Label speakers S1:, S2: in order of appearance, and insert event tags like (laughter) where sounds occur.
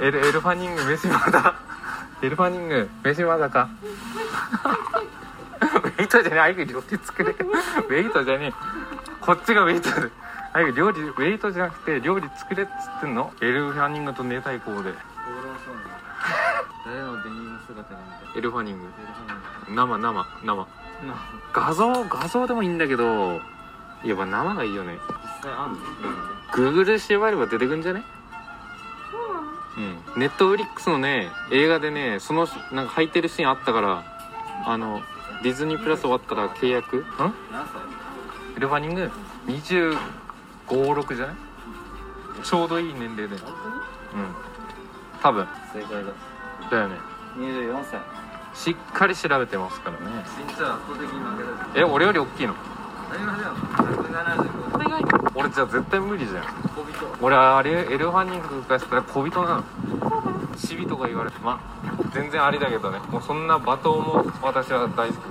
S1: エルエルファニング飯まだエルファニング飯まだかウェイトじゃねえあいく料理作れウェイトじゃねえこっちがウェイトであいく料理ウェイトじゃなくて料理作れっつってんのエルファニングと寝たい子で
S2: (laughs) 俺もそうなんだ誰のデニム姿が見たい
S1: エルファニング
S2: エルファ
S1: 生生生
S2: ニングな
S1: 画像画像でもいいんだけどやっぱ生がいいよね
S2: 実際あんの
S1: グーグルしてばれば出てくんじゃねうんネットフリックスのね映画でねそのなんか履いてるシーンあったからあのディズニープラス終わったら契約ん
S2: 何歳
S1: エルファニング256じゃないちょうどいい年齢でうん
S2: 本
S1: 多分
S2: 当に正解だ
S1: だよね
S2: 24歳
S1: しっかり調べてますからね
S2: 身長圧倒的に負けた
S1: え俺より大きいの
S2: 当たり前だよ175
S1: 俺じゃあ絶対無理じゃん
S2: 小人
S1: 俺あれエルファニングからしたら小人なのチビとか言われてまあ全然ありだけどねもうそんな罵倒も私は大好きです